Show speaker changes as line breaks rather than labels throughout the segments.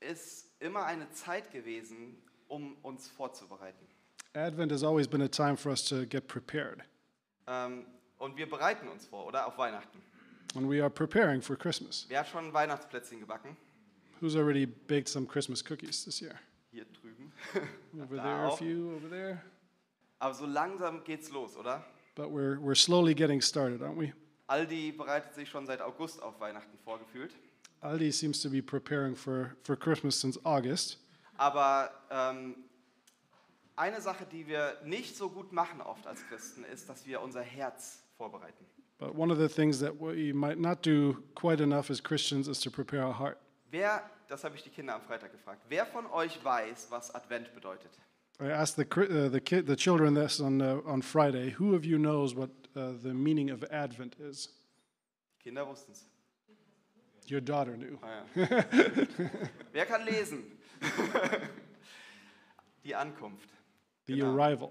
ist immer eine Zeit gewesen, um uns vorzubereiten.
Advent has always been a time for us to get prepared,
Ähm, und wir bereiten uns vor, oder? Auf Weihnachten.
and we are preparing for Christmas.
Wer hat schon ein Weihnachtsplätzchen gebacken?
Who's already baked some Christmas cookies this year?
Hier drüben.
Over
Da
there, a
auch.
few over there.
Aber so langsam geht's los, oder?
But we're, we're slowly getting started, aren't we?
Aldi bereitet sich schon seit August auf Weihnachten vorgefühlt.
Aldi seems to be preparing for, for Christmas since August.
Aber ähm, eine Sache, die wir nicht so gut machen oft als Christen, ist, dass wir unser Herz vorbereiten.
But one of the things that we might not do quite enough as Christians is to prepare our heart.
Wer, das habe ich die Kinder am Freitag gefragt, wer von euch weiß, was Advent bedeutet?
I asked the, cri- uh, the, kid, the children this on, uh, on Friday who of you knows what uh, the meaning of Advent is?
Die Kinder wussten es.
Your daughter knew.
Wer kann lesen? die Ankunft.
The
Genau.
arrival.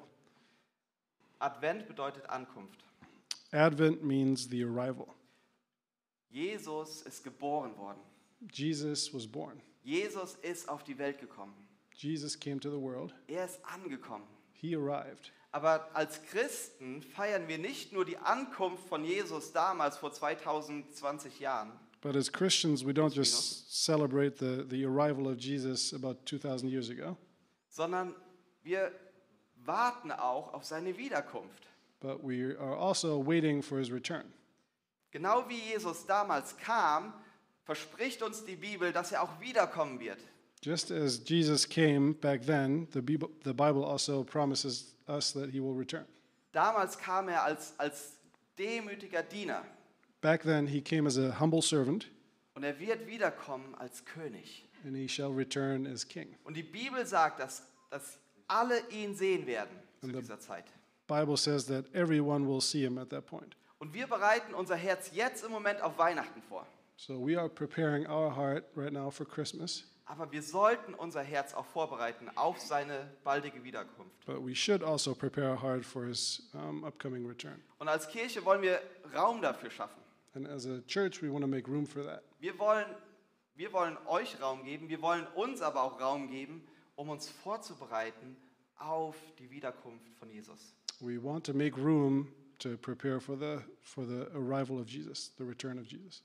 Advent bedeutet Ankunft.
Advent means the arrival.
Jesus ist geboren worden.
Jesus was born,
Jesus ist auf die Welt gekommen.
Jesus came to the world,
Er ist angekommen.
he arrived.
Aber als Christen feiern wir nicht nur die Ankunft von Jesus damals vor 2020 Jahren,
But as Christians, we don't just celebrate the, the arrival of Jesus about 2,000 years ago,
sondern wir warten auch auf seine Wiederkunft.
but we are also waiting for his return.
Genau wie Jesus damals kam, verspricht uns die Bibel, dass er auch wiederkommen wird.
Just as Jesus came back then, the Bible, the Bible also promises us that he will return.
Damals kam er als, als demütiger Diener
Back then, he came as a humble servant,
und er wird wiederkommen als König.
and he shall return as king.
Und die Bibel sagt, dass, dass alle ihn sehen werden zu dieser Zeit.
Bible says that everyone will see him at that point.
Und wir bereiten unser Herz jetzt im Moment auf Weihnachten vor.
So we are preparing our heart right now for Christmas,
Aber wir sollten unser Herz auch vorbereiten auf seine baldige Wiederkunft.
but we should also prepare our heart for his um, upcoming return.
Und als Kirche wollen wir Raum dafür schaffen.
And as a church, we want to make room for that.
Wir wollen, wir wollen euch Raum geben, wir wollen uns aber auch Raum geben, um uns vorzubereiten auf die Wiederkunft von Jesus.
We want to make room to prepare for the for the arrival of Jesus, the return of Jesus.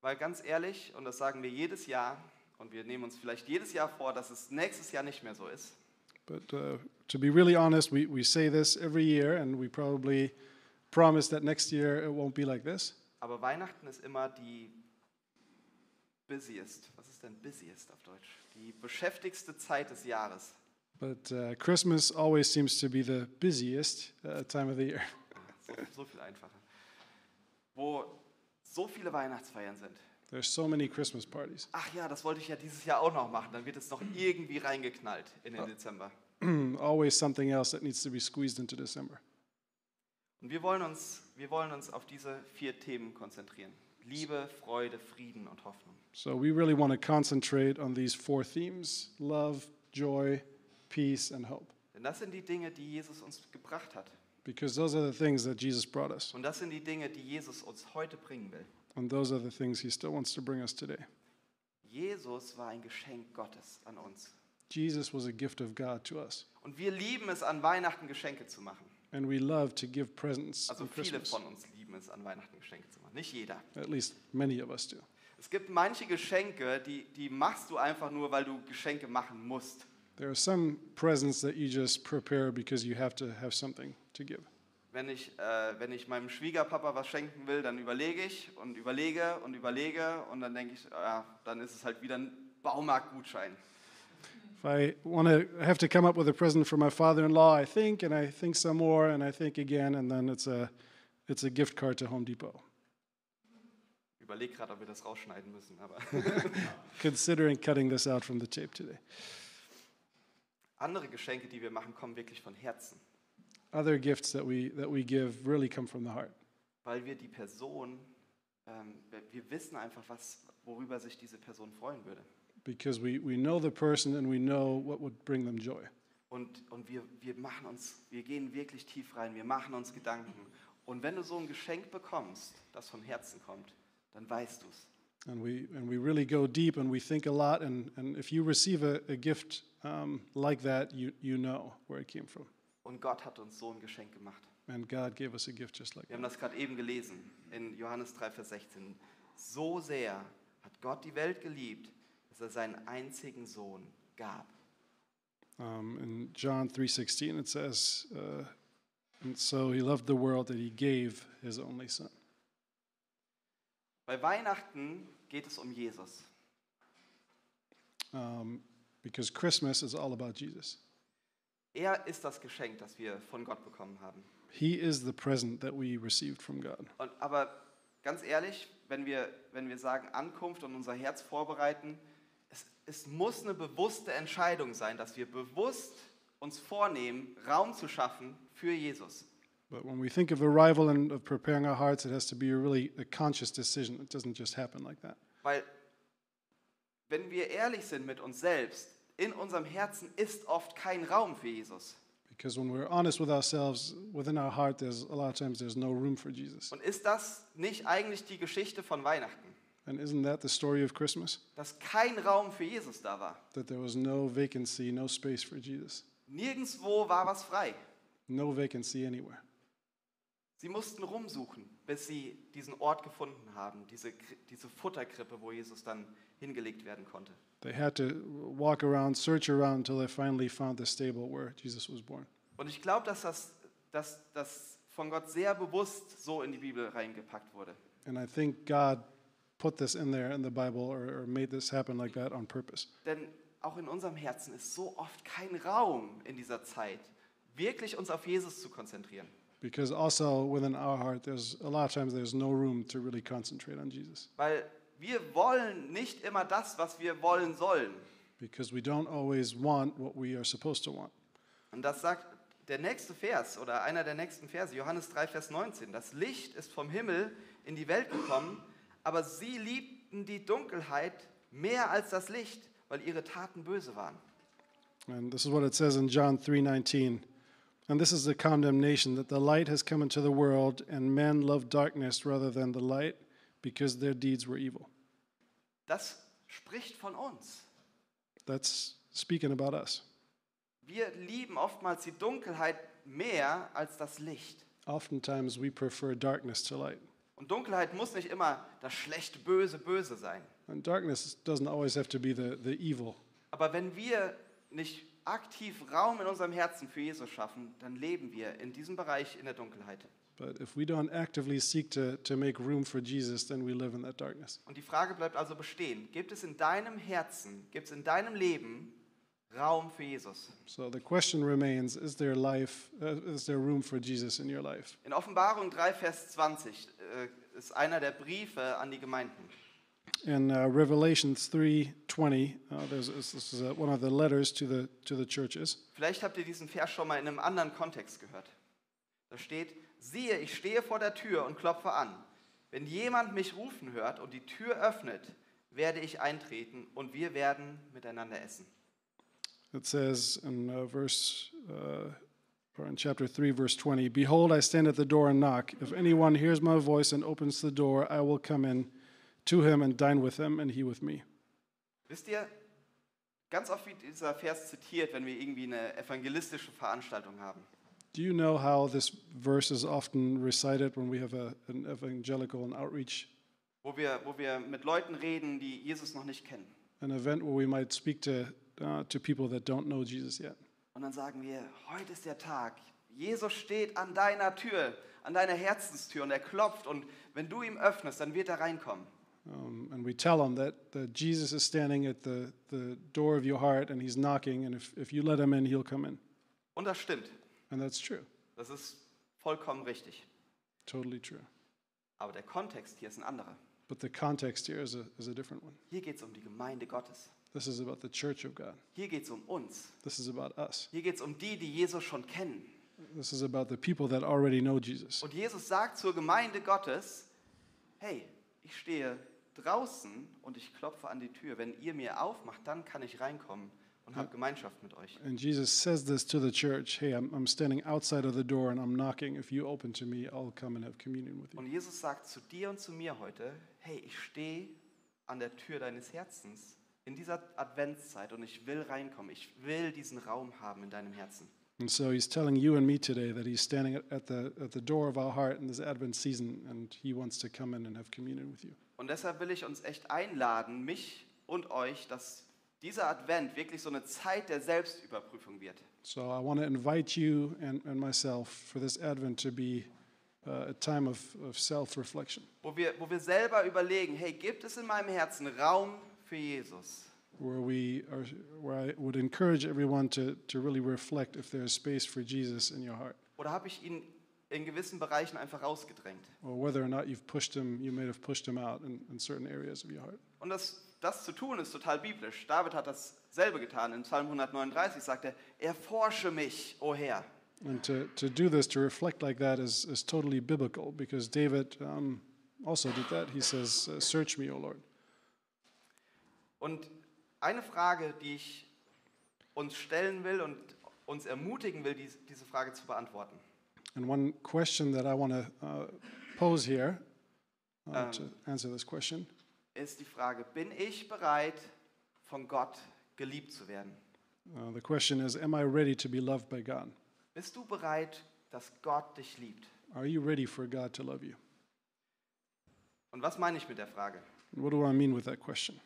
Weil ganz ehrlich, und das sagen wir jedes Jahr, und wir nehmen uns vielleicht jedes Jahr vor, dass es nächstes Jahr nicht mehr so ist,
But uh, to be really honest, we, we say this every year, and we probably promise that next year it won't be like this.
aber Weihnachten ist immer die busiest, was ist denn busiest auf Deutsch? Die beschäftigste Zeit des Jahres.
But uh, Christmas always seems to be the busiest uh, time of the year.
So, so viel einfacher. Wo so viele Weihnachtsfeiern sind.
There's so many Christmas parties.
Ach ja, das wollte ich ja dieses Jahr auch noch machen. Dann wird es noch irgendwie reingeknallt in den Dezember.
always something else that needs to be squeezed into December.
Und wir wollen, uns, wir wollen uns auf diese vier Themen konzentrieren. Liebe, Freude, Frieden und Hoffnung.
So we really want to concentrate on these four themes: love, joy, peace, and hope.
Denn das sind die Dinge, die Jesus uns gebracht hat.
Because those are the things that Jesus brought us,
Und das sind die Dinge, die Jesus uns heute bringen will.
and those are the things He still wants to bring us today.
Jesus war ein Geschenk Gottes an uns.
Jesus was a gift of God to us,
Und wir lieben es, an Weihnachten Geschenke zu machen.
and we love to give presents
Also
on
viele
Christmas.
von uns lieben es, an Weihnachten Geschenke zu machen. Nicht jeder.
At least many of us do.
Es gibt manche Geschenke, die, die machst du einfach nur, weil du Geschenke machen musst.
There are some presents that you just prepare because you have to have something to give.
Wenn ich, äh, wenn ich meinem Schwiegerpapa was schenken will, dann überlege ich und überlege und überlege und dann denke ich, ah, dann ist es halt wieder ein Baumarktgutschein.
If I want to have to come up with a present for my father-in-law, I think and I think some more and I think again, and then it's a it's a gift card to Home Depot.
Überlege gerade, ob wir das rausschneiden müssen. Aber
Considering cutting this out from the tape today.
andere Geschenke, die wir machen, kommen wirklich von Herzen,
Other gifts that we that we give really come from the heart
weil wir die Person, ähm, wir- wir wissen einfach, was, worüber sich diese Person freuen würde.
because we we know the person and we know what would bring them joy.
Und, und wir, wir machen uns, wir gehen wirklich tief rein, wir machen uns Gedanken. Und wenn du so ein Geschenk bekommst, das vom Herzen kommt, dann weißt du es.
and we and we really go deep and we think a lot and and if you receive a, a gift um, like that you you know where it came from
Und Gott hat uns so ein Geschenk gemacht.
and god gave us a gift just like
Wir
that
haben das gerade eben gelesen in Johannes 3, Vers 16. So sehr hat Gott die Welt geliebt, dass er seinen einzigen Sohn gab.
um, in john 3.16 it says uh, and so he loved the world that he gave his only son
Bei Weihnachten geht es um Jesus.
um, because christmas is all about jesus
Er ist das Geschenk, das wir von Gott bekommen haben.
he is the present that we received from god
Und, aber ganz ehrlich, wenn wir, wenn wir sagen Ankunft und unser Herz vorbereiten, es, es muss eine bewusste Entscheidung sein, dass wir bewusst uns vornehmen, Raum zu schaffen für Jesus.
but when we think of arrival and of preparing our hearts it has to be a really a conscious decision it doesn't just happen like that
Weil, wenn wir ehrlich sind mit uns selbst, in unserem Herzen ist oft kein Raum für Jesus.
Because when we're honest with ourselves, within our heart, there's a lot of times there's no room for Jesus.
Und ist das nicht eigentlich die Geschichte von Weihnachten?
And isn't that the story of Christmas?
Dass kein Raum für Jesus da war.
That there was no vacancy, no space for Jesus,
Nirgendwo war was frei.
no vacancy anywhere.
Sie mussten rumsuchen, bis sie diesen Ort gefunden haben, diese, Kri- diese Futterkrippe, wo Jesus dann hingelegt werden konnte.
They had to walk around, search around until they finally found the stable where Jesus was born.
Und ich glaube, dass das, dass das von Gott sehr bewusst so in die Bibel reingepackt wurde.
And I think God put this in there in the Bible or, or made this happen like that on purpose.
Denn auch in unserem Herzen ist so oft kein Raum in dieser Zeit, wirklich uns auf Jesus zu konzentrieren.
Because also within our heart, there's a lot of times there's no room to really concentrate on Jesus.
Weil wir wollen nicht immer das, was wir wollen sollen.
Because we don't always want what we are supposed to want.
Und das sagt der nächste Vers oder einer der nächsten Verse, Johannes 3, Vers 19. Das Licht ist vom Himmel in die Welt gekommen, aber sie liebten die Dunkelheit mehr als das Licht, weil ihre Taten böse waren.
And this is what it says in John 3:19. And this is the condemnation that the light has come into the world and men love darkness rather than the light because their deeds were evil.
Das spricht von uns.
That's speaking about us.
Wir lieben oftmals die Dunkelheit mehr als das Licht.
Oftentimes we prefer darkness to light.
Und Dunkelheit muss nicht immer das schlechte, böse, böse sein.
And darkness doesn't always have to be the, the evil.
Aber wenn wir nicht aktiv Raum in unserem Herzen für Jesus schaffen, dann leben wir in diesem Bereich in der Dunkelheit.
But if we don't actively seek to, to make room for Jesus, then we live in that darkness.
Und die Frage bleibt also bestehen, gibt es in deinem Herzen, gibt es in deinem Leben Raum für Jesus?
So the question remains, is there life uh, is there room for Jesus in your life?
In Offenbarung 3, Vers 20 äh, ist einer der Briefe an die Gemeinden.
in uh, Revelations 3:20, uh, there's, this this is uh, one of the letters to the to the churches.
Vielleicht habt ihr diesen Vers schon mal in einem anderen Kontext gehört. Da steht, siehe, ich stehe vor der Tür und klopfe an. Wenn jemand mich rufen hört und die Tür öffnet, werde ich eintreten und wir werden miteinander essen.
It says in uh, verse uh, or in chapter 3 verse 20, behold I stand at the door and knock. If anyone hears my voice and opens the door, I will come in to him and dine with him and he with me.
Wisst ihr, ganz oft wird dieser Vers zitiert, wenn wir irgendwie eine evangelistische Veranstaltung haben.
Do you know how this verse is often recited when we have a, an evangelical and outreach
wo wir, wo wir mit Leuten reden, die Jesus noch nicht kennen.
an event where we might speak to uh, to people that don't know Jesus yet?
Und dann sagen wir, heute ist der Tag. Jesus steht an deiner Tür, an deiner Herzenstür und er klopft und wenn du ihm öffnest, dann wird er reinkommen.
Um, and we tell them that, that Jesus is standing at the, the door of your heart and he's knocking, and if, if you let him in, he'll come in.
Und das stimmt.
And that's true,
Das ist vollkommen richtig.
totally true.
Aber der Kontext hier ist ein anderer.
But the context here is a, is a different one.
Hier geht es um die Gemeinde Gottes.
This is about the church of God.
Hier geht es um uns.
This is about us.
Hier geht es um die, die Jesus schon kennen.
This is about the people that already know Jesus.
Und Jesus sagt zur Gemeinde Gottes, hey, ich stehe draußen und ich klopfe an die Tür. Wenn ihr mir aufmacht, dann kann ich reinkommen und habe Gemeinschaft mit euch.
And Jesus says this to the church Hey, I'm, I'm standing outside of the door and I'm knocking. If you open to me, I'll come and have communion with you.
Und Jesus sagt zu dir und zu mir heute, hey, ich stehe an der Tür deines Herzens in dieser Adventszeit und ich will reinkommen. Ich will diesen Raum haben in deinem Herzen.
And so he's telling you and me today that he's standing at- at the, at the door of our heart in this Advent season, and he wants to come in and have communion with you.
Und deshalb will ich uns echt einladen, mich und euch, dass dieser Advent wirklich so eine Zeit der Selbstüberprüfung wird.
So I want to invite you and, and myself for this Advent to be uh, a time of, of self reflection,
Wo wir, wo wir selber überlegen, hey, gibt es in meinem Herzen Raum für Jesus?
where, we are, where I would encourage everyone to, to really reflect if there's space for Jesus in your heart,
Oder habe ich ihn in gewissen Bereichen einfach rausgedrängt?
or whether or not you've pushed him, you may have pushed him out in, in certain areas of your heart.
Und das, das zu tun ist total biblisch. David hat dasselbe getan. In Psalm 139 sagt er, erforsche mich, o Herr.
And to, to do this, to reflect like that, is, is totally biblical because David um, also did that. He says, uh, Search me, O Lord.
Und eine Frage, die ich uns stellen will und uns ermutigen will, dies, diese Frage zu beantworten.
And one question that I want to uh, pose here uh, to answer this question
ist die Frage, bin ich bereit, von Gott geliebt zu werden?
uh, the question is, Am I ready to be loved by God?
Bist du bereit, dass Gott dich liebt?
Are you ready for God to love you?
Und was meine ich mit der Frage?
And what do I mean with that question?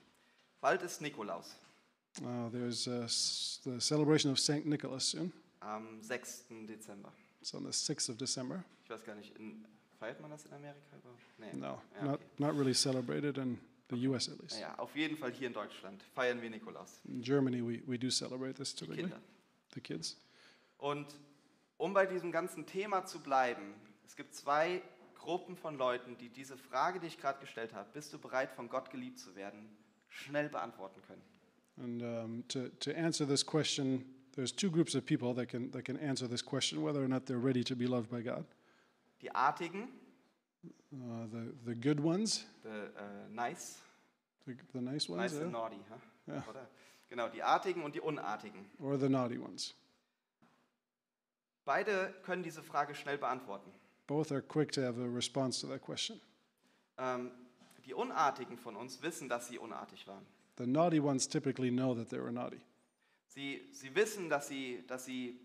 Bald ist Nikolaus,
Uh, there's uh, s- the celebration of St. Nicholas soon.
am 6. Dezember.
It's on the 6th of December.
Ich weiß gar nicht, in, feiert man das in Amerika überhaupt? Nee.
No,
Ja,
not,
okay.
not really celebrated in the US at least.
Naja, auf jeden Fall hier in Deutschland feiern wir Nikolaus,
In Germany, we, we do celebrate this
die
typically.
Kinder.
the kids.
Und um bei diesem ganzen Thema zu bleiben, es gibt zwei Gruppen von Leuten, die diese Frage, die ich gerade gestellt habe, bist du bereit, von Gott geliebt zu werden, schnell beantworten können.
And um, to, to answer this question, there's two groups of people that can, that can answer this question whether or not they're ready to be loved by God.
Die Artigen,
Uh, the, the good ones,
the, äh, nice,
the, the nice
nice
ones,
and
yeah,
naughty, hä?
Ja.
oder? Genau, die Artigen und die Unartigen.
or the naughty ones.
Beide können diese Frage schnell beantworten.
Both are quick to have a response to that question.
Ähm, die Unartigen von uns wissen, dass sie unartig waren.
The naughty ones typically know that they were naughty.
Sie, sie wissen, dass sie, dass sie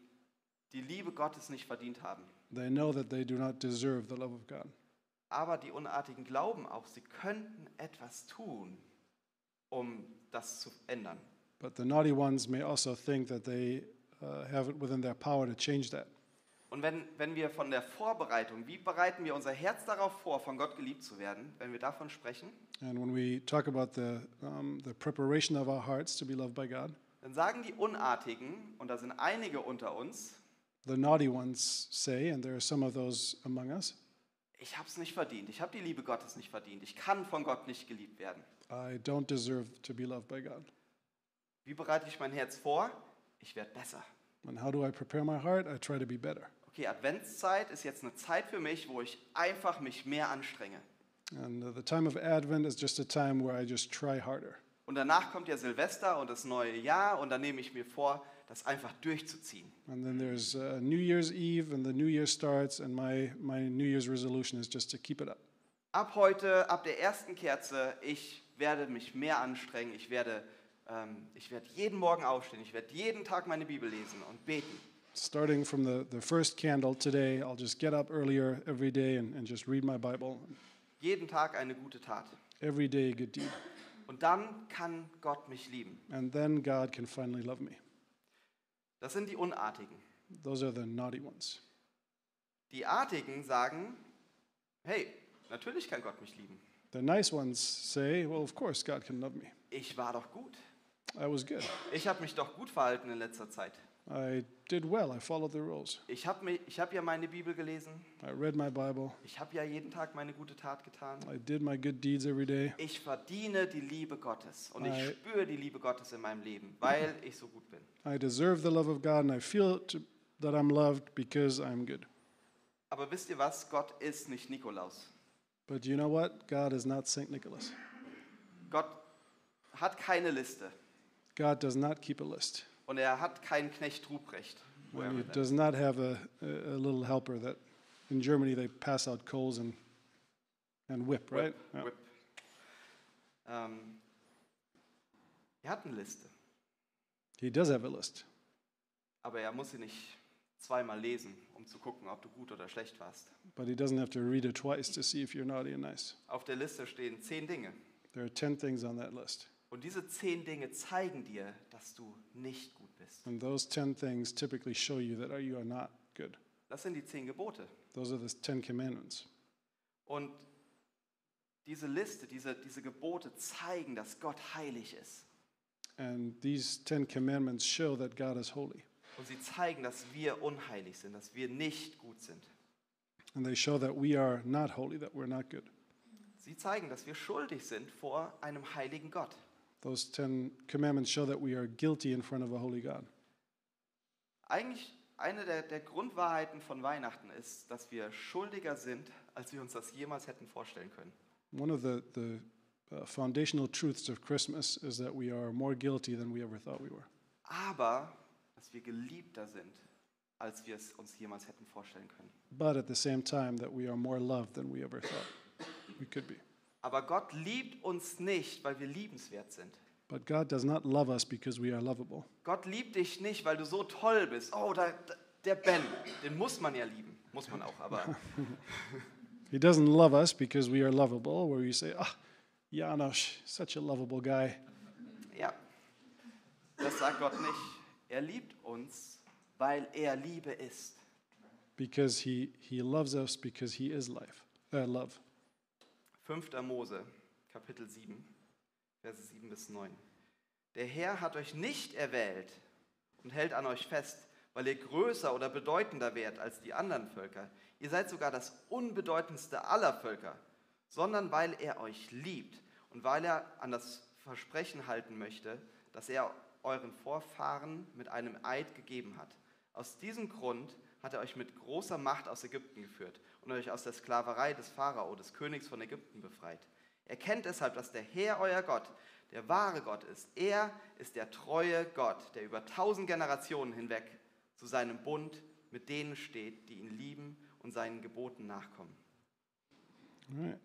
die Liebe Gottes nicht verdient haben.
They know that they do not deserve the love of God.
Aber die Unartigen glauben auch, sie könnten etwas tun, um das zu ändern.
But the naughty ones may also think that they uh, have it within their power to change that.
Und wenn, wenn wir von der Vorbereitung, wie bereiten wir unser Herz darauf vor, von Gott geliebt zu werden, wenn wir davon sprechen,
And when we talk about the, um, the preparation of our hearts to be loved by God,
dann sagen die Unartigen, und da sind einige unter uns,
the naughty ones say, and there are some of those among us,
ich habe es nicht verdient, ich habe die Liebe Gottes nicht verdient, ich kann von Gott nicht geliebt werden.
I don't deserve to be loved by God.
Wie bereite ich mein Herz vor? Ich werde besser.
And how do I prepare my heart? I try to be better.
Okay, Adventszeit ist jetzt eine Zeit für mich, wo ich einfach mich mehr anstrenge.
And uh, the time of Advent is just a time where I just try harder.
Und danach kommt ja Silvester und das neue Jahr und dann nehme ich mir vor, das einfach durchzuziehen.
And then there's uh, New Year's Eve, and the New Year starts, and my, my New Year's resolution is just to keep it up.
Ab heute, ab der ersten Kerze, ich werde mich mehr anstrengen, ich werde, ähm, ich werde jeden Morgen aufstehen, ich werde jeden Tag meine Bibel lesen und beten.
Starting from the, the first candle today, I'll just get up earlier every day and, and just read my Bible.
Jeden Tag eine gute Tat.
Every day, a good deed.
Und dann kann Gott mich lieben.
And then God can finally love me.
Das sind die Unartigen.
Those are the naughty ones.
Die Artigen sagen, hey, natürlich kann Gott mich lieben.
The nice ones say, Well, of course, God can love me.
Ich war doch gut.
I was good.
Ich habe mich doch gut verhalten in letzter Zeit.
I did well. I followed the rules.
Ich habe hab ja meine Bibel gelesen.
I read my Bible.
Ich habe ja jeden Tag meine gute Tat getan.
I did my good deeds every day.
Ich verdiene die Liebe Gottes und ich
Weil-
spüre die Liebe Gottes in meinem Leben, weil ich so gut bin.
I deserve the love of God, and I feel to, that I'm loved because I'm good.
Aber wisst ihr was? Gott ist nicht Nikolaus.
But you know what? God is not St. Nicholas.
Gott hat keine Liste
God does not keep a list.
und er hat keinen Knecht Ruprecht. wo er
And he
mit-
does not have a, a, a little helper that in Germany they pass out coals and, and whip, right?
Whip. Ähm, er hat eine Liste,
He does have a list,
aber er muss sie nicht zweimal lesen, um zu gucken, ob du gut oder schlecht warst.
but he doesn't have to read it twice to see if you're naughty and nice.
Auf der Liste stehen zehn Dinge.
There are 10 things on that list.
Und diese zehn Dinge zeigen dir, dass du nicht gut bist.
And those 10 things typically show you that uh, you are not good.
Das sind die zehn Gebote.
Those are the 10 commandments.
Und diese Liste, diese, diese Gebote zeigen, dass Gott heilig ist.
And these 10 commandments show that God is holy.
Und sie zeigen, dass wir unheilig sind, dass wir nicht gut sind.
And they show that we are not holy, that we're not good.
Sie zeigen, dass wir schuldig sind vor einem heiligen Gott.
Those 10 commandments show that we are guilty in front of a holy God.
Eigentlich eine der, der Grundwahrheiten von Weihnachten ist, dass wir schuldiger sind, als wir uns das jemals hätten vorstellen können.
One of the, the uh, foundational truths of Christmas is that we are more guilty than we ever thought we were,
Aber dass wir geliebter sind, als wir es uns jemals hätten vorstellen können.
but at the same time, that we are more loved than we ever thought we could be.
Aber Gott liebt uns nicht, weil wir liebenswert sind.
But God does not love us because we are lovable.
Gott liebt dich nicht, weil du so toll bist. Oh, da, da, der Ben, den muss man ja lieben. Muss man auch, aber
He doesn't love us because we are lovable, where you say, ah, Janosch, such a lovable guy.
ja, das sagt Gott nicht. Er liebt uns, weil er Liebe ist.
Because he, he loves us because he is life, uh, love.
5. Mose, Kapitel 7, Verse 7 bis 9. Der Herr hat euch nicht erwählt und hält an euch fest, weil ihr größer oder bedeutender wärt als die anderen Völker. Ihr seid sogar das unbedeutendste aller Völker, sondern weil er euch liebt und weil er an das Versprechen halten möchte, das er euren Vorfahren mit einem Eid gegeben hat. Aus diesem Grund hat er euch mit großer Macht aus Ägypten geführt und euch aus der Sklaverei des Pharao, des Königs von Ägypten, befreit. Erkennt deshalb, dass der Herr euer Gott der wahre Gott ist. Er ist der treue Gott, der über tausend Generationen hinweg zu seinem Bund mit denen steht, die ihn lieben und seinen Geboten nachkommen.
All right.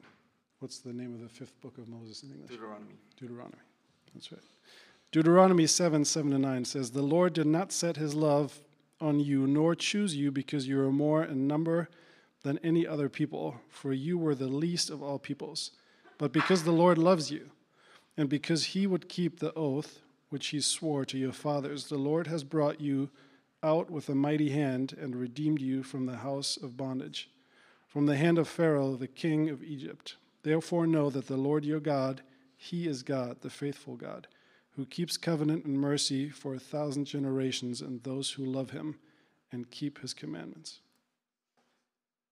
What's the name of the fifth book of Moses in English?
Deuteronomy.
Deuteronomy. That's right. Deuteronomy 7 7 to 9 says, The Lord did not set his love on you, nor choose you, because you are more in number than any other people, for you were the least of all peoples. But because the Lord loves you, and because he would keep the oath which he swore to your fathers, the Lord has brought you out with a mighty hand and redeemed you from the house of bondage from the hand of Pharaoh, the king of Egypt. Therefore, know that the Lord your God, he is God, the faithful God, who keeps covenant and mercy for a thousand generations and those who love him and keep his commandments.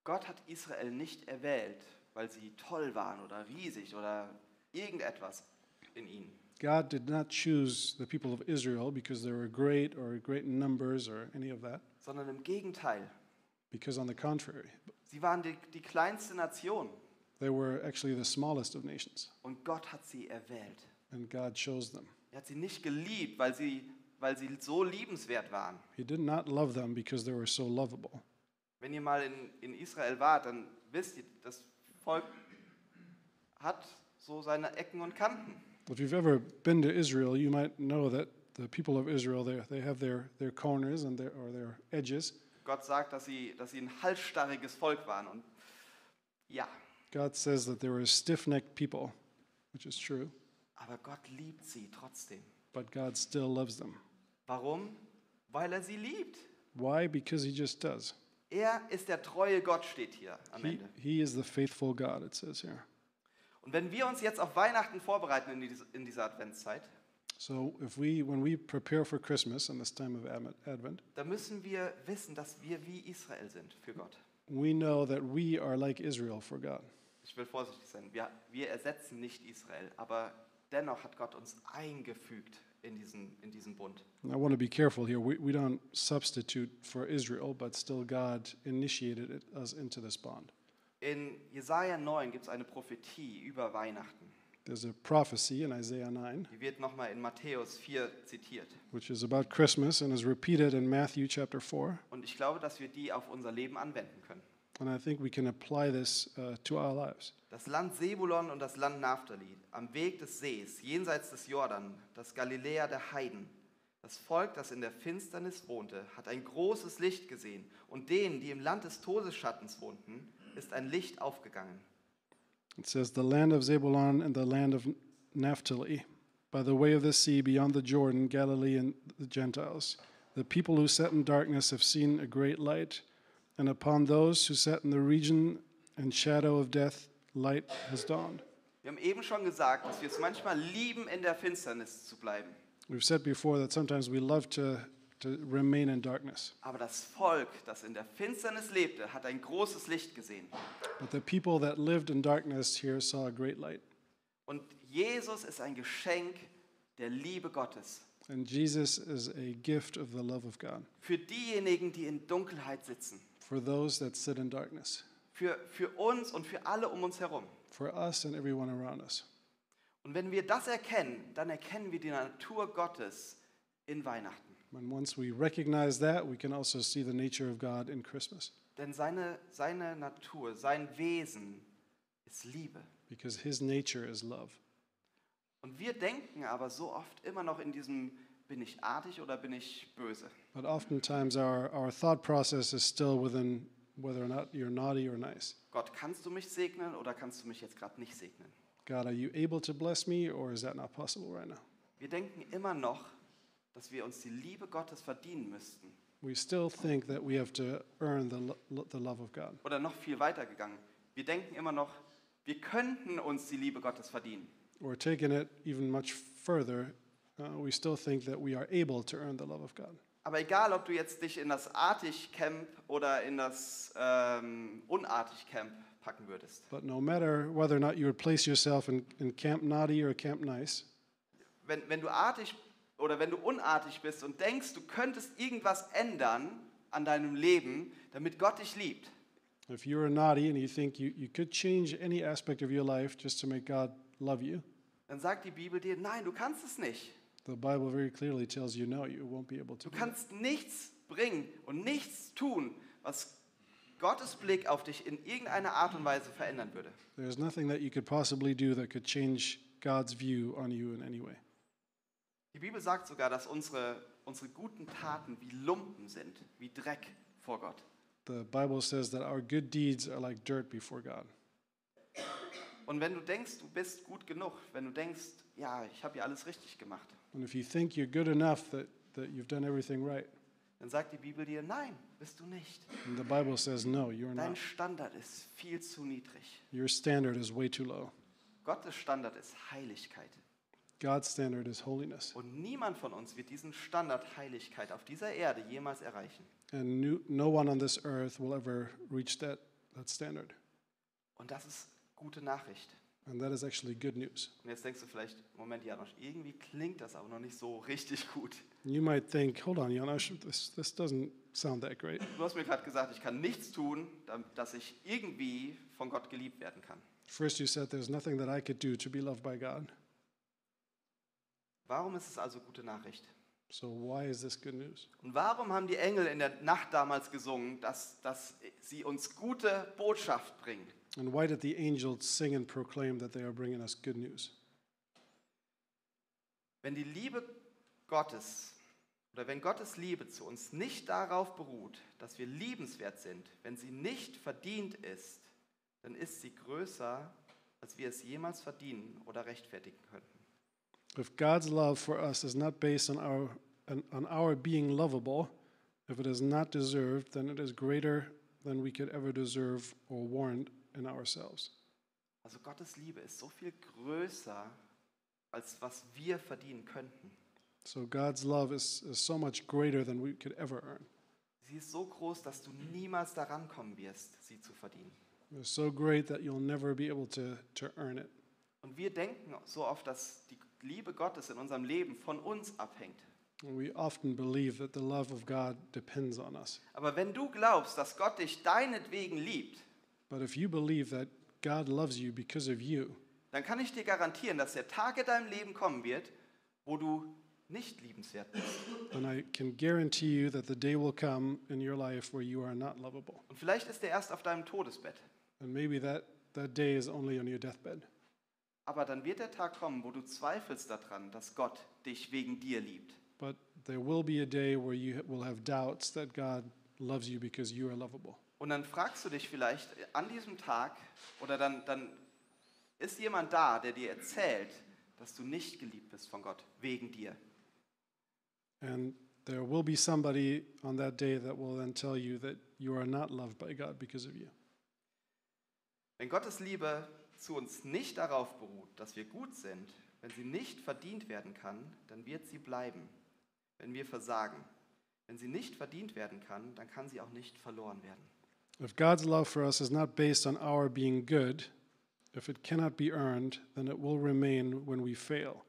Gott hat Israel nicht erwählt, weil sie toll waren oder riesig oder irgendetwas in ihnen.
God did not choose the people of Israel because they were great or great in numbers or any of that,
sondern im Gegenteil.
because on the contrary,
Sie waren die, die kleinste Nation
they were actually the smallest of nations,
und Gott hat sie erwählt.
and God chose them.
Er hat sie nicht geliebt, weil sie, weil sie so liebenswert waren.
He did not love them because they were so lovable.
Wenn ihr mal in, in Israel wart, dann wisst ihr, das Volk hat so seine Ecken und Kanten.
If you've ever been to Israel, you might know that the people of Israel they, they have their, their corners and their or their edges.
Gott sagt, dass sie, dass sie ein halsstarriges Volk waren. Und ja,
God says that they were a stiff-necked people, which is true,
aber Gott liebt sie trotzdem.
but God still loves them.
Warum? Weil er sie liebt.
Why? Because He just does.
Er ist der treue Gott, steht hier am
He,
Ende.
he is the faithful God. It says here.
Und wenn wir uns jetzt auf Weihnachten vorbereiten in, dies- in dieser Adventszeit,
So if we when we prepare for Christmas and this time of Advent, Advent,
dann müssen wir wissen, dass wir wie Israel sind für Gott.
we know that we are like Israel for God.
Ich will vorsichtig sein. Wir, wir ersetzen nicht Israel, aber dennoch hat Gott uns eingefügt in diesen, in diesen Bund.
And I want to be careful here. We, we don't substitute for Israel, but still God initiated it, us into this bond.
In Jesaja 9 gibt es eine Prophetie über Weihnachten.
There's a prophecy in Isaiah 9,
Die wird nochmal in Matthäus 4 zitiert.
which is about Christmas and is repeated in Matthew chapter 4.
Und ich glaube, dass wir die auf unser Leben anwenden können.
And I think we can apply this uh, to our lives.
Das Land Sebulon und das Land Naphtali, am Weg des Sees, jenseits des Jordan, das Galiläa der Heiden. Das Volk, das in der Finsternis wohnte, hat ein großes Licht gesehen. Und denen, die im Land des Todesschattens wohnten, ist ein Licht aufgegangen.
It says, The land of Zebulun and the land of Naphtali, by the way of the sea beyond the Jordan, Galilee and the Gentiles. The people who sat in darkness have seen a great light, and upon those who sat in the region and shadow of death, light has dawned.
Wir haben eben schon gesagt, dass wir es manchmal lieben, in der Finsternis zu bleiben.
We've said before that sometimes we love to, to remain in darkness,
Aber das Volk, das in der Finsternis lebte, hat ein großes Licht gesehen.
but the people that lived in darkness here saw a great light.
Und Jesus ist ein Geschenk der Liebe Gottes.
And Jesus is a gift of the love of God
Für diejenigen, die in Dunkelheit sitzen.
for those that sit in darkness,
Für, für uns und für alle um uns herum.
for us and everyone around us.
Und wenn wir das erkennen, dann erkennen wir die Natur Gottes in Weihnachten.
And once we recognize that, we can also see the nature of God in Christmas
Denn seine, seine Natur, sein Wesen ist Liebe.
because his nature is love.
Und wir denken aber so oft immer noch in diesem, bin ich artig oder bin ich böse?
But oftentimes our, our thought process is still within whether or not you're naughty or nice.
Gott, kannst du mich segnen oder kannst du mich jetzt gerade nicht segnen?
God, are you able to bless me or is that not possible right now?
Wir denken immer noch, dass wir uns die Liebe Gottes verdienen müssten.
We still think that we have to earn the, lo- lo- the love of God.
Oder noch viel weiter gegangen. Wir denken immer noch, wir könnten uns die Liebe Gottes verdienen.
Or taking it even much further, uh, we still think that we are able to earn the love of God.
Aber egal, ob du jetzt dich in das Artig-Camp oder in das ähm, Unartig-Camp packen würdest,
But no matter whether or not you would place yourself in, in camp naughty or camp nice,
wenn, wenn du artig oder wenn du unartig bist und denkst, du könntest irgendwas ändern an deinem Leben, damit Gott dich liebt,
If you're naughty and you think you, you could change any aspect of your life just to make God love you,
dann sagt die Bibel dir, nein, du kannst es nicht.
the Bible very clearly tells you no, you won't be able to.
Du
do that.
kannst nichts bringen und nichts tun, was Gottes Blick auf dich in irgendeiner Art und Weise verändern würde.
There's nothing that you could possibly do that could change God's view on you in any way.
Die Bibel sagt sogar, dass unsere, unsere guten Taten wie Lumpen sind, wie Dreck vor Gott.
The Bible says that our good deeds are like dirt before God.
Und wenn du denkst, du bist gut genug, wenn du denkst, ja, ich habe ja alles richtig gemacht,
And if you think you're good enough that, that you've done everything right,
dann sagt die Bibel dir, nein, bist du nicht.
and the Bible says no, you're
Dein
not.
Standard ist viel zu niedrig.
Your standard is way too low.
Gottes Standard ist Heiligkeit.
God's standard is holiness.
Und niemand von uns wird diesen Standard Heiligkeit auf dieser Erde jemals erreichen.
And no, no one on this earth will ever reach that, that standard.
Und das ist gute Nachricht.
And that is actually good news.
Und jetzt denkst du vielleicht, Moment, Janosch, irgendwie klingt das aber noch nicht so richtig gut.
You might think, hold on, Janosch, this, this doesn't sound that great.
Du hast mir gerade gesagt, ich kann nichts tun, dam- dass ich irgendwie von Gott geliebt werden kann.
First, you said there's nothing that I could do to be loved by God.
Warum ist es also gute Nachricht?
So, why is this good news?
Und warum haben die Engel in der Nacht damals gesungen, dass, dass sie uns gute Botschaft bringen?
And why did the angels sing and proclaim that they are bringing us good news?
Wenn die Liebe Gottes oder wenn Gottes Liebe zu uns nicht darauf beruht, dass wir liebenswert sind, wenn sie nicht verdient ist, dann ist sie größer, als wir es jemals verdienen oder rechtfertigen könnten.
If God's love for us is not based on our, on, on our being lovable, if it is not deserved, then it is greater than we could ever deserve or warrant in ourselves.
Also Gottes Liebe ist so viel größer, als was wir verdienen könnten.
So, God's love is, is so much greater than we could ever earn.
Sie ist so groß, dass du niemals daran kommen wirst, sie zu verdienen.
It's so great that you'll never be able to, to earn it.
Und wir denken so oft, dass die Liebe Gottes in unserem Leben von uns abhängt.
And We often believe that the love of God depends on us.
Aber wenn du glaubst, dass Gott dich deinetwegen liebt,
But if you believe that God loves you because of you,
dann kann ich dir garantieren, dass der Tag in deinem Leben kommen wird, wo du nicht liebenswert bist.
then I can guarantee you that the day will come in your life where you are not lovable.
Und vielleicht ist er erst auf deinem Todesbett.
And maybe that, that day is only on your deathbed.
Aber dann wird der Tag kommen, wo du zweifelst daran, dass Gott dich wegen dir liebt.
But there will be a day where you will have doubts that God loves you because you are lovable.
Und dann fragst du dich vielleicht an diesem Tag, oder dann, dann ist jemand da, der dir erzählt, dass du nicht geliebt bist von Gott, wegen dir.
And there will be somebody on that day that will then tell you that you are not loved by God because of you.
Wenn Gottes Liebe zu uns nicht darauf beruht, dass wir gut sind, wenn sie nicht verdient werden kann, dann wird sie bleiben, wenn wir versagen. Wenn sie nicht verdient werden kann, dann kann sie auch nicht verloren werden.
If God's love for us is not based on our being good, if it cannot be earned, then it will remain when we fail.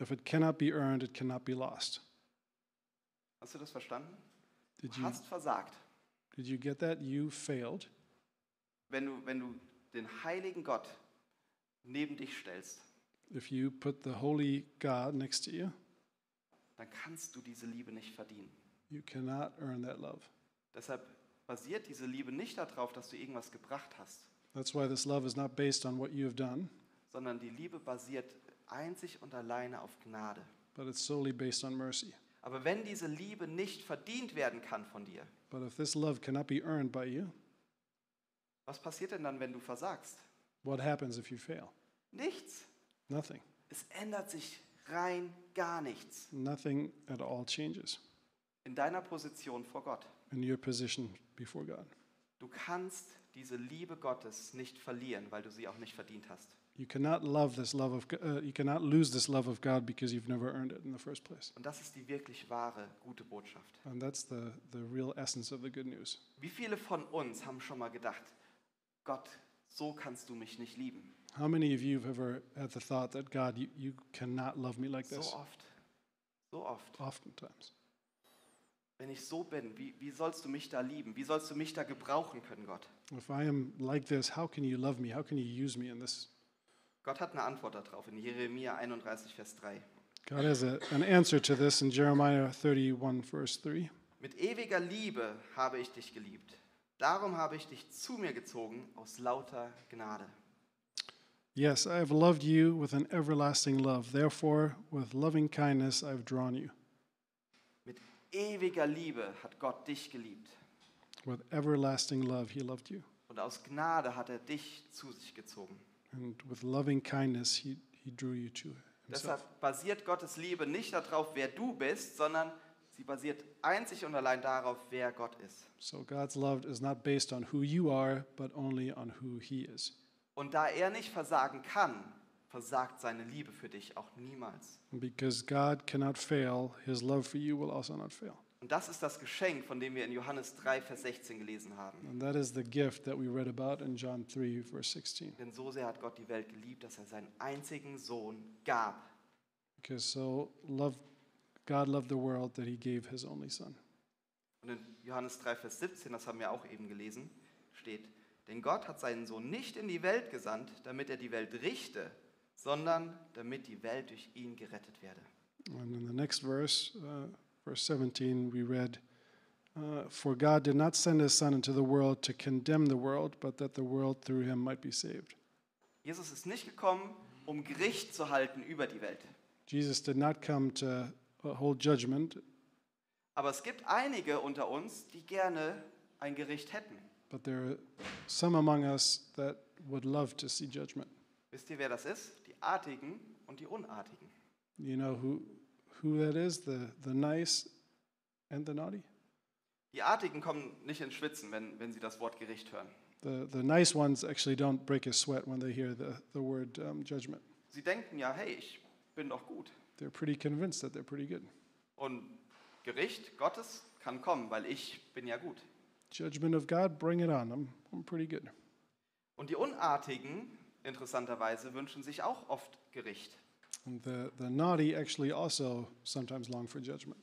If it cannot be earned, it cannot be lost.
Hast du das verstanden?
Did
Du
you,
hast versagt.
did you get that? You failed.
Wenn du, wenn du den heiligen Gott neben dich stellst,
If you put the holy God next to you,
dann kannst du diese Liebe nicht verdienen.
you cannot earn that love.
Deshalb basiert diese Liebe nicht darauf, dass du irgendwas gebracht hast,
That's why this love is not based on what you have done,
sondern die Liebe basiert einzig und alleine auf Gnade.
but it's solely based on mercy.
Aber wenn diese Liebe nicht verdient werden kann von dir,
But if this love cannot be earned by you,
was passiert denn dann, wenn du versagst?
what happens if you fail?
Nichts.
Nothing.
Es ändert sich rein gar nichts
Nothing at all changes
in deiner Position vor Gott.
in your position before God.
Du kannst diese Liebe Gottes nicht verlieren, weil du sie auch nicht verdient hast.
You cannot love this love of Go- uh, you cannot lose this love of God because you've never earned it in the first place.
Und das ist die wirklich wahre, gute Botschaft.
And that's the, the real essence of the good news.
Wie viele von uns haben schon mal gedacht, Gott, so kannst du mich nicht lieben?
How many of you have ever had the thought that God, you, you cannot love me like
So
this?
oft. So oft.
Oftentimes.
Wenn ich so bin, wie, wie sollst du mich da lieben? Wie sollst du mich da gebrauchen können, Gott?
If I am like this, how can you love me? How can you use me in this?
Gott hat eine Antwort darauf in Jeremia 31, Vers 3.
God has a, an answer to this in Jeremiah 31, verse 3.
Mit ewiger Liebe habe ich dich geliebt. Darum habe ich dich zu mir gezogen aus lauter Gnade.
Yes, I have loved you with an everlasting love. Therefore, with loving kindness, I've drawn you.
Mit ewiger Liebe hat Gott dich geliebt.
With everlasting love, he loved you.
Und aus Gnade hat er dich zu sich gezogen.
And with loving kindness, he, he drew you to himself.
Deshalb basiert Gottes Liebe nicht darauf, wer du bist, sondern sie basiert einzig und allein darauf, wer Gott ist.
So God's love is not based on who you are, but only on who he is.
Und da er nicht versagen kann, versagt seine Liebe für dich auch niemals.
And because God cannot fail, his love for you will also not fail.
Und das ist das Geschenk, von dem wir in Johannes 3, Vers 16 gelesen haben.
And that is the gift that we read about in John 3, verse 16.
Denn so sehr hat Gott die Welt geliebt, dass er seinen einzigen Sohn gab.
Because so loved God loved the world that he gave his only son.
Und in Johannes 3, Vers 17, das haben wir auch eben gelesen, steht, denn Gott hat seinen Sohn nicht in die Welt gesandt, damit er die Welt richte, sondern damit die Welt durch ihn gerettet werde.
And in the next verse, uh, verse 17, we read, uh, For God did not send his son into the world to condemn the world, but that the world through him might be saved.
Jesus ist nicht gekommen, um Gericht zu halten über die Welt.
Jesus did not come to uh, hold judgment,
Aber es gibt einige unter uns, die gerne ein Gericht hätten.
but there are some among us that would love to see judgment.
Wisst ihr, wer das ist? Die Artigen und die Unartigen.
You know who, who that is? The, the nice and the naughty?
Die Artigen kommen nicht ins Schwitzen, wenn, wenn sie das Wort Gericht hören.
The, the nice ones actually don't break a sweat when they hear the, the word um, judgment.
Sie denken ja, hey, ich bin doch gut.
They're pretty convinced that they're pretty good.
Und Gericht Gottes kann kommen, weil ich bin ja gut.
Judgment of God, bring it on. I'm, I'm pretty good.
Und die Unartigen, interessanterweise, wünschen sich auch oft Gericht.
And the, the naughty actually also sometimes long for judgment.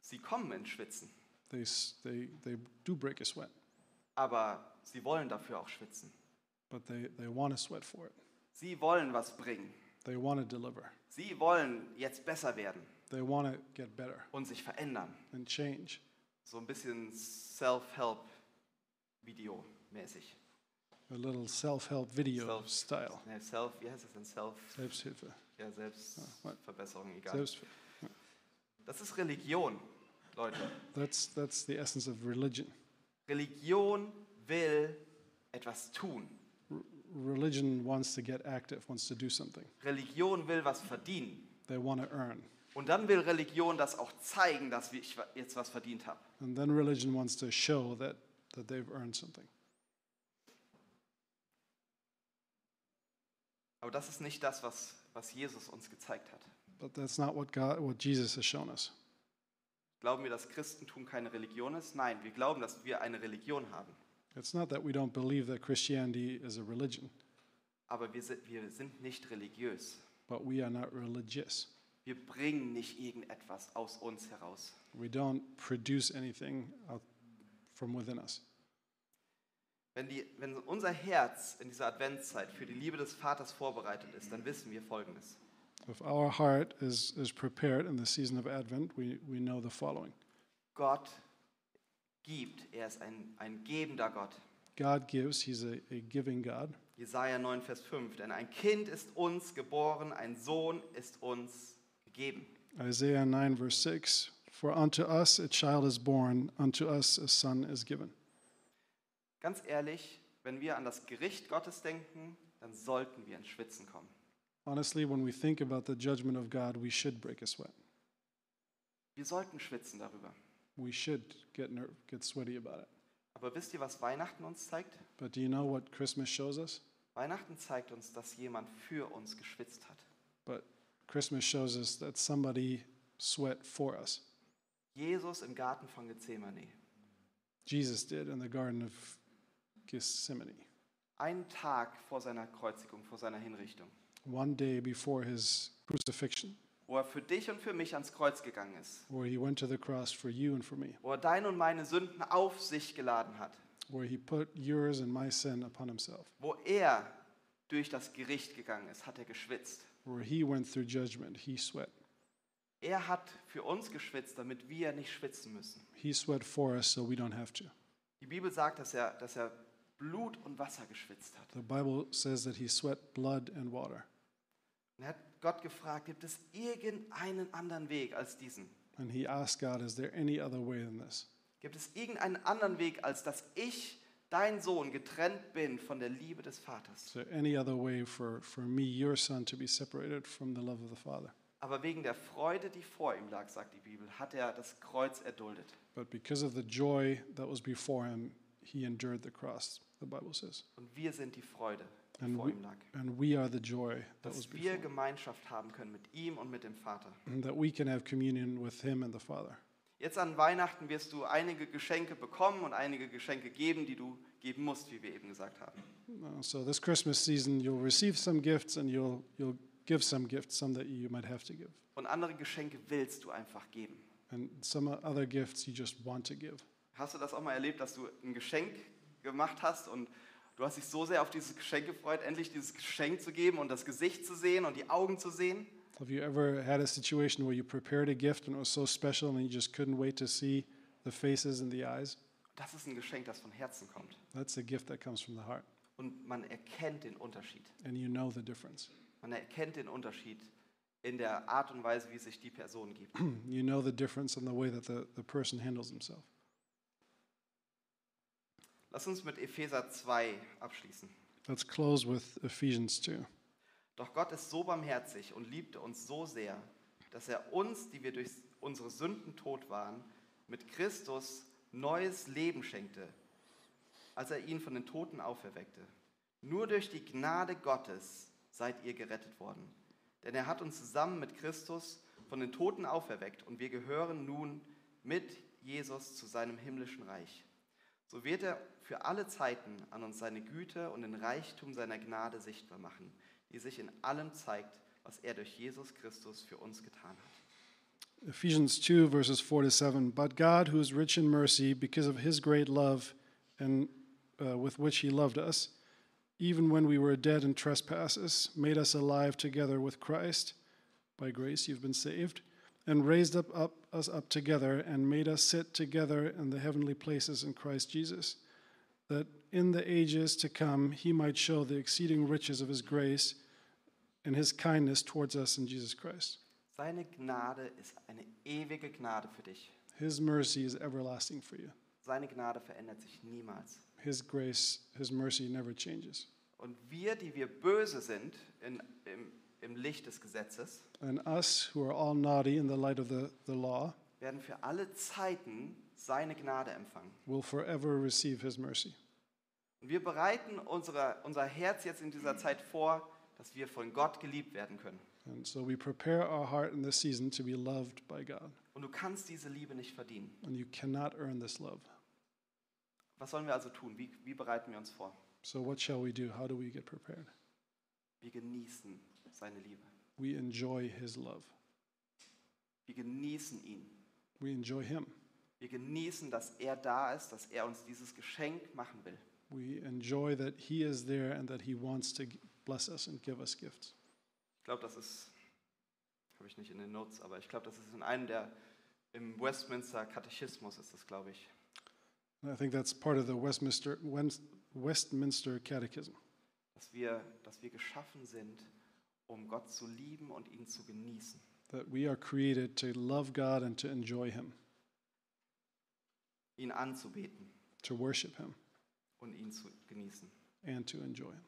Sie kommen ins Schwitzen,
They, s- they, they do break a sweat,
aber sie wollen dafür auch schwitzen.
but they, they want to sweat for it.
Sie wollen was bringen.
They want to deliver.
Sie wollen jetzt besser werden.
They want to get better
und sich verändern.
and change.
So ein bisschen Self-Help-Video mäßig.
A little self help video
Self-
style.
Ne, Self, wie heißt das denn? Self,
Selbsthilfe.
ja,
what?
Selbstverbesserung, egal.
Selbst,
Das ist Religion, Leute.
that's, that's the essence of religion.
Religion will etwas tun.
Religion wants to get active, wants to do something.
Religion will was verdienen.
They want to earn.
Und dann will Religion das auch zeigen, dass ich wa- jetzt was verdient habe.
And then religion wants to show that, that they've earned something.
Aber das ist nicht das, was, was Jesus uns gezeigt hat.
But that's not what, God, what Jesus has shown us.
Glauben wir, dass Christentum keine Religion ist? Nein, wir glauben, dass wir eine Religion haben.
It's not that we don't believe that Christianity is a religion,
Aber wir sind, wir sind nicht religiös.
but we are not religious.
Wir bringen nicht irgendetwas aus uns heraus.
We don't produce anything out from within us.
Wenn, die, wenn unser Herz in dieser Adventszeit für die Liebe des Vaters vorbereitet ist, dann wissen wir Folgendes.
If our heart is, is prepared in the season of Advent, we, we know the following
Gott gibt. Er ist ein, ein gebender Gott.
God gives, He's a, a giving God.
Jesaja 9, Vers 5. Denn ein Kind ist uns geboren, ein Sohn ist uns gegeben.
Isaiah 9, verse 6 For unto us a child is born, unto us a son is given.
Ganz ehrlich, wenn wir an das Gericht Gottes denken, dann sollten wir ins Schwitzen kommen.
Honestly, when we think about the judgment of God, we should break a sweat.
Wir sollten schwitzen darüber.
We should get, ner- get sweaty about it.
Aber wisst ihr, was Weihnachten uns zeigt?
But do you know what Christmas shows us?
Weihnachten zeigt uns, dass jemand für uns geschwitzt hat.
But Christmas shows us that somebody sweat for us.
Jesus im Garten von Gethsemane.
Jesus did in the Garden of Gethsemane,
Einen Tag vor seiner Kreuzigung, vor seiner Hinrichtung,
one day before his crucifixion,
wo er für dich und für mich ans Kreuz gegangen ist,
where he went to the cross for you and for me,
wo er deine und meine Sünden auf sich geladen hat,
where he put yours and my sin upon himself,
wo er durch das Gericht gegangen ist, hat er geschwitzt.
where he went through judgment, he sweat.
Er hat für uns geschwitzt, damit wir nicht schwitzen müssen.
He sweat for us so we don't have to.
Die Bibel sagt, dass er, dass er Blut und Wasser geschwitzt hat.
The Bible says that he sweat blood and water.
Und er hat Gott gefragt, gibt es irgendeinen anderen Weg als diesen?
And he asked God, Is there any other way than this?
Gibt es irgendeinen anderen Weg, als dass ich, dein Sohn, getrennt bin von der Liebe des Vaters?
Is there any other way for, for me, your son, to be separated from the love of the Father?
Aber wegen der Freude, die vor ihm lag, sagt die Bibel, hat er das Kreuz erduldet.
But because of the joy that was before him, he endured the cross, the Bible says.
Und wir sind die Freude, die
And
vor
we-
ihm lag.
And we are the joy that was
Dass wir
before
Gemeinschaft haben können mit ihm und mit dem Vater.
him, that we can have communion with him and the Father.
Jetzt an Weihnachten wirst du einige Geschenke bekommen und einige Geschenke geben, die du geben musst, wie wir eben gesagt haben.
Uh, so this Christmas season, you'll receive some gifts and you'll, you'll give some gifts, some that you might have to give.
Und andere Geschenke willst du einfach geben.
And some o- other gifts you just want to give.
Hast du das auch mal erlebt, dass du ein Geschenk gemacht hast und du hast dich so sehr auf dieses Geschenk gefreut, endlich dieses Geschenk zu geben und das Gesicht zu sehen und die Augen zu sehen?
Have you ever had a situation where you prepared a gift and it was so special and you just couldn't wait to see the faces and the eyes?
Das ist ein Geschenk, das von Herzen kommt.
That's a gift that comes from the heart,
Und man erkennt den Unterschied.
and you know the difference.
Man erkennt den Unterschied in der Art und Weise, wie sich die Person gibt.
you know the difference in the way that the, the person handles himself.
Lass uns mit Epheser 2 abschließen.
Let's close with Ephesians 2.
Doch Gott ist so barmherzig und liebte uns so sehr, dass er uns, die wir durch unsere Sünden tot waren, mit Christus neues Leben schenkte, als er ihn von den Toten auferweckte. Nur durch die Gnade Gottes seid ihr gerettet worden. Denn er hat uns zusammen mit Christus von den Toten auferweckt und wir gehören nun mit Jesus zu seinem himmlischen Reich. So wird er für alle Zeiten an uns seine Güte und den Reichtum seiner Gnade sichtbar machen, die sich in allem zeigt, was er durch Jesus Christus für uns getan hat.
Ephesians 2, verses 4 to 7. But God, who is rich in mercy, because of his great love and uh, with which he loved us, even when we were dead in trespasses, made us alive together with Christ. By grace you've been saved. and raised up, up us up together and made us sit together in the heavenly places in Christ Jesus, that in the ages to come he might show the exceeding riches of his grace and his kindness towards us in Jesus Christ.
Seine Gnade ist eine ewige Gnade für dich.
His mercy is everlasting for you.
Seine Gnade verändert sich niemals.
His grace, his mercy never changes.
Und wir, die wir böse sind in, im, im Licht des Gesetzes,
And us who are all naughty in the light of the, the law
werden für alle Zeiten seine Gnade empfangen.
will forever receive his mercy.
Und wir bereiten unsere, unser Herz jetzt in dieser Zeit vor, dass wir von Gott geliebt werden können.
And so we prepare our heart in this season to be loved by God.
Und du kannst diese Liebe nicht verdienen.
And you cannot earn this love.
Was sollen wir also tun? Wie, wie bereiten wir uns vor?
So what shall we do? How do we get prepared?
Wir genießen seine Liebe.
We enjoy his love.
Wir genießen ihn.
We enjoy him.
Wir genießen, dass er da ist, dass er uns dieses Geschenk machen will.
We enjoy that he is there and that he wants to g- bless us and give us gifts.
Ich glaube, das ist, habe ich nicht in den Notes, aber ich glaube, das ist in einem der, im Westminster Katechismus ist das, glaube ich.
And I think that's part of the Westminster, Wens- Westminster Catechism
dass wir, dass wir geschaffen sind, um Gott zu lieben und ihn zu genießen.
that we are created to love God and to enjoy him,
Ihn anzubeten
to worship him,
und ihn zu genießen.
and to enjoy him.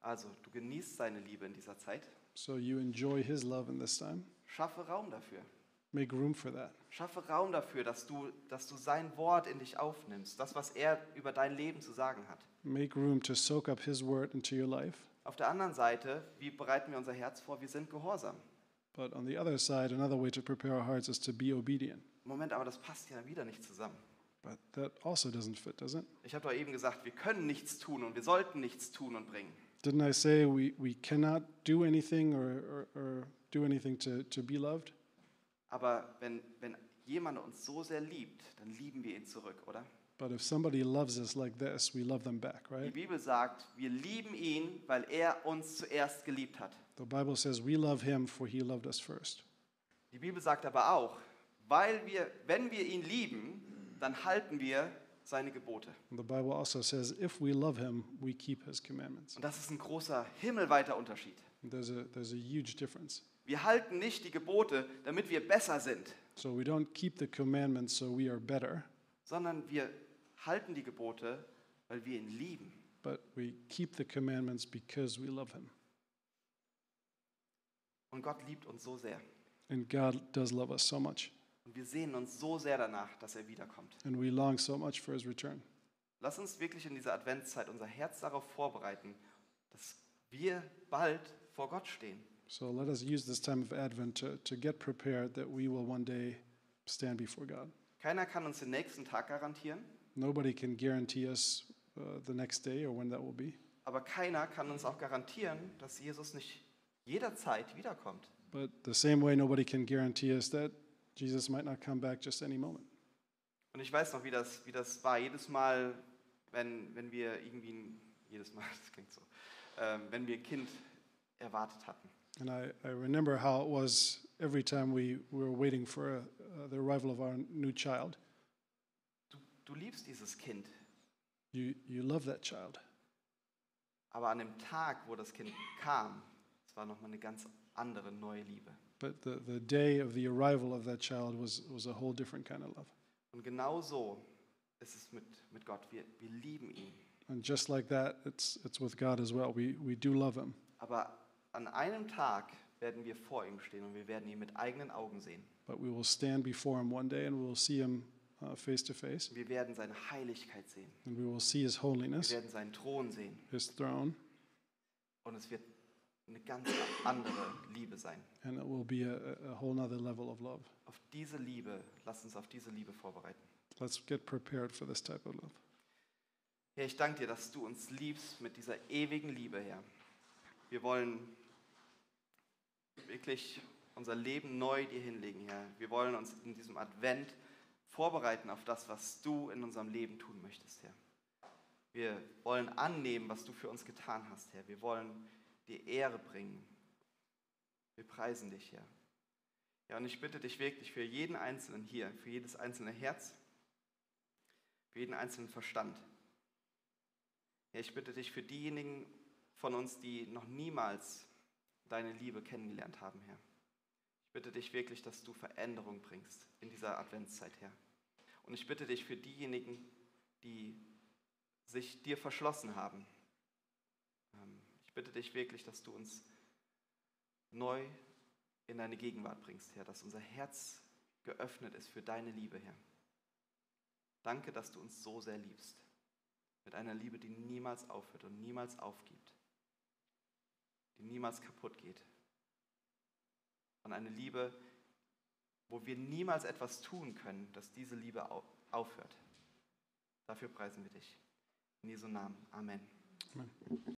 Also, du genießt seine Liebe in dieser Zeit.
So you enjoy his love in this time.
Schaffe Raum dafür.
Make room for that.
Schaffe Raum dafür, dass du, dass du sein Wort in dich aufnimmst, das, was er über dein Leben zu sagen hat.
Make room to soak up his word into your life.
Auf der anderen Seite, wie bereiten wir unser Herz vor? Wir sind gehorsam.
But on the other side, another way to prepare our hearts is to be obedient.
Moment, aber das passt ja wieder nicht zusammen.
But that also doesn't fit, does it?
Ich habe doch eben gesagt, wir können nichts tun und wir sollten nichts tun und bringen.
Didn't I say we, we cannot do anything or, or, or do anything to, to be loved?
Aber wenn, wenn jemand uns so sehr liebt, dann lieben wir ihn zurück, oder?
But if somebody loves us like this, we love them back,
Die
right?
Bibel sagt, wir lieben ihn, weil er uns zuerst geliebt hat.
The Bible says we love him for he loved us first.
Die Bibel sagt aber auch, weil wir, wenn wir ihn lieben, dann halten wir seine Gebote.
And the Bible also says if we love him, we keep his commandments.
Und das ist ein großer himmelweiter Unterschied.
There's a, there's a huge difference.
Wir halten nicht die Gebote, damit wir besser sind,
So we don't keep the commandments so we are better,
sondern wir halten die Gebote, weil wir ihn lieben.
but we keep the commandments because we love him.
Und Gott liebt uns so sehr.
And God does love us so much,
Und wir sehnen uns so sehr danach, dass er wiederkommt.
and we long so much for his return.
Lass uns wirklich in dieser Adventszeit unser Herz darauf vorbereiten, dass wir bald vor Gott stehen.
So let us use this time of Advent to, to get prepared that we will one day stand before God.
Keiner kann uns den nächsten Tag garantieren,
Nobody can guarantee us uh, the next day or when that will be,
aber keiner kann uns auch garantieren, dass Jesus nicht jederzeit wiederkommt.
but the same way nobody can guarantee us that Jesus might not come back just any moment.
Und ich weiß noch, wie das, wie das war. Jedes Mal, wenn, wenn wir irgendwie ein, jedes Mal, das klingt so, ähm, wenn wir ein Kind erwartet hatten.
And I, I remember how it was every time we, we were waiting for uh, uh, the arrival of our new child.
Du, du liebst dieses Kind,
You, you love that child.
aber an dem Tag, wo das Kind kam, es war nochmal eine ganz andere neue Liebe.
But the, the day of the arrival of that child was, was a whole different kind of love.
Und genau so ist es mit, mit Gott. Wir, wir lieben ihn.
And just like that, it's, it's with God as well. We, we do love Him.
Aber an einem Tag werden wir vor ihm stehen und wir werden ihn mit eigenen Augen sehen.
But we will stand before Him one day and we will see Him uh, face to face.
Wir werden seine Heiligkeit sehen.
And we will see His
Wir
holiness,
werden seinen Thron sehen.
His throne.
Und es wird eine ganz andere Liebe sein.
And it will be a, a- a whole nother level of love.
Auf diese Liebe, lasst uns auf diese Liebe vorbereiten.
Let's get prepared for this type of love.
Herr, ich danke dir, dass du uns liebst mit dieser ewigen Liebe, Herr. Wir wollen wirklich unser Leben neu dir hinlegen, Herr. Wir wollen uns in diesem Advent vorbereiten auf das, was du in unserem Leben tun möchtest, Herr. Wir wollen annehmen, was du für uns getan hast, Herr. Wir wollen dir Ehre bringen. Wir preisen dich, Herr. Ja, und ich bitte dich wirklich für jeden Einzelnen hier, für jedes einzelne Herz, für jeden einzelnen Verstand. Ja, ich bitte dich für diejenigen von uns, die noch niemals deine Liebe kennengelernt haben, Herr. Ich bitte dich wirklich, dass du Veränderung bringst in dieser Adventszeit, Herr. Und ich bitte dich für diejenigen, die sich dir verschlossen haben. Ähm, Ich bitte dich wirklich, dass du uns neu in deine Gegenwart bringst, Herr, dass unser Herz geöffnet ist für deine Liebe, Herr. Danke, dass du uns so sehr liebst. Mit einer Liebe, die niemals aufhört und niemals aufgibt. Die niemals kaputt geht. Und eine Liebe, wo wir niemals etwas tun können, dass diese Liebe au- aufhört. Dafür preisen wir dich. In Jesu Namen. Amen.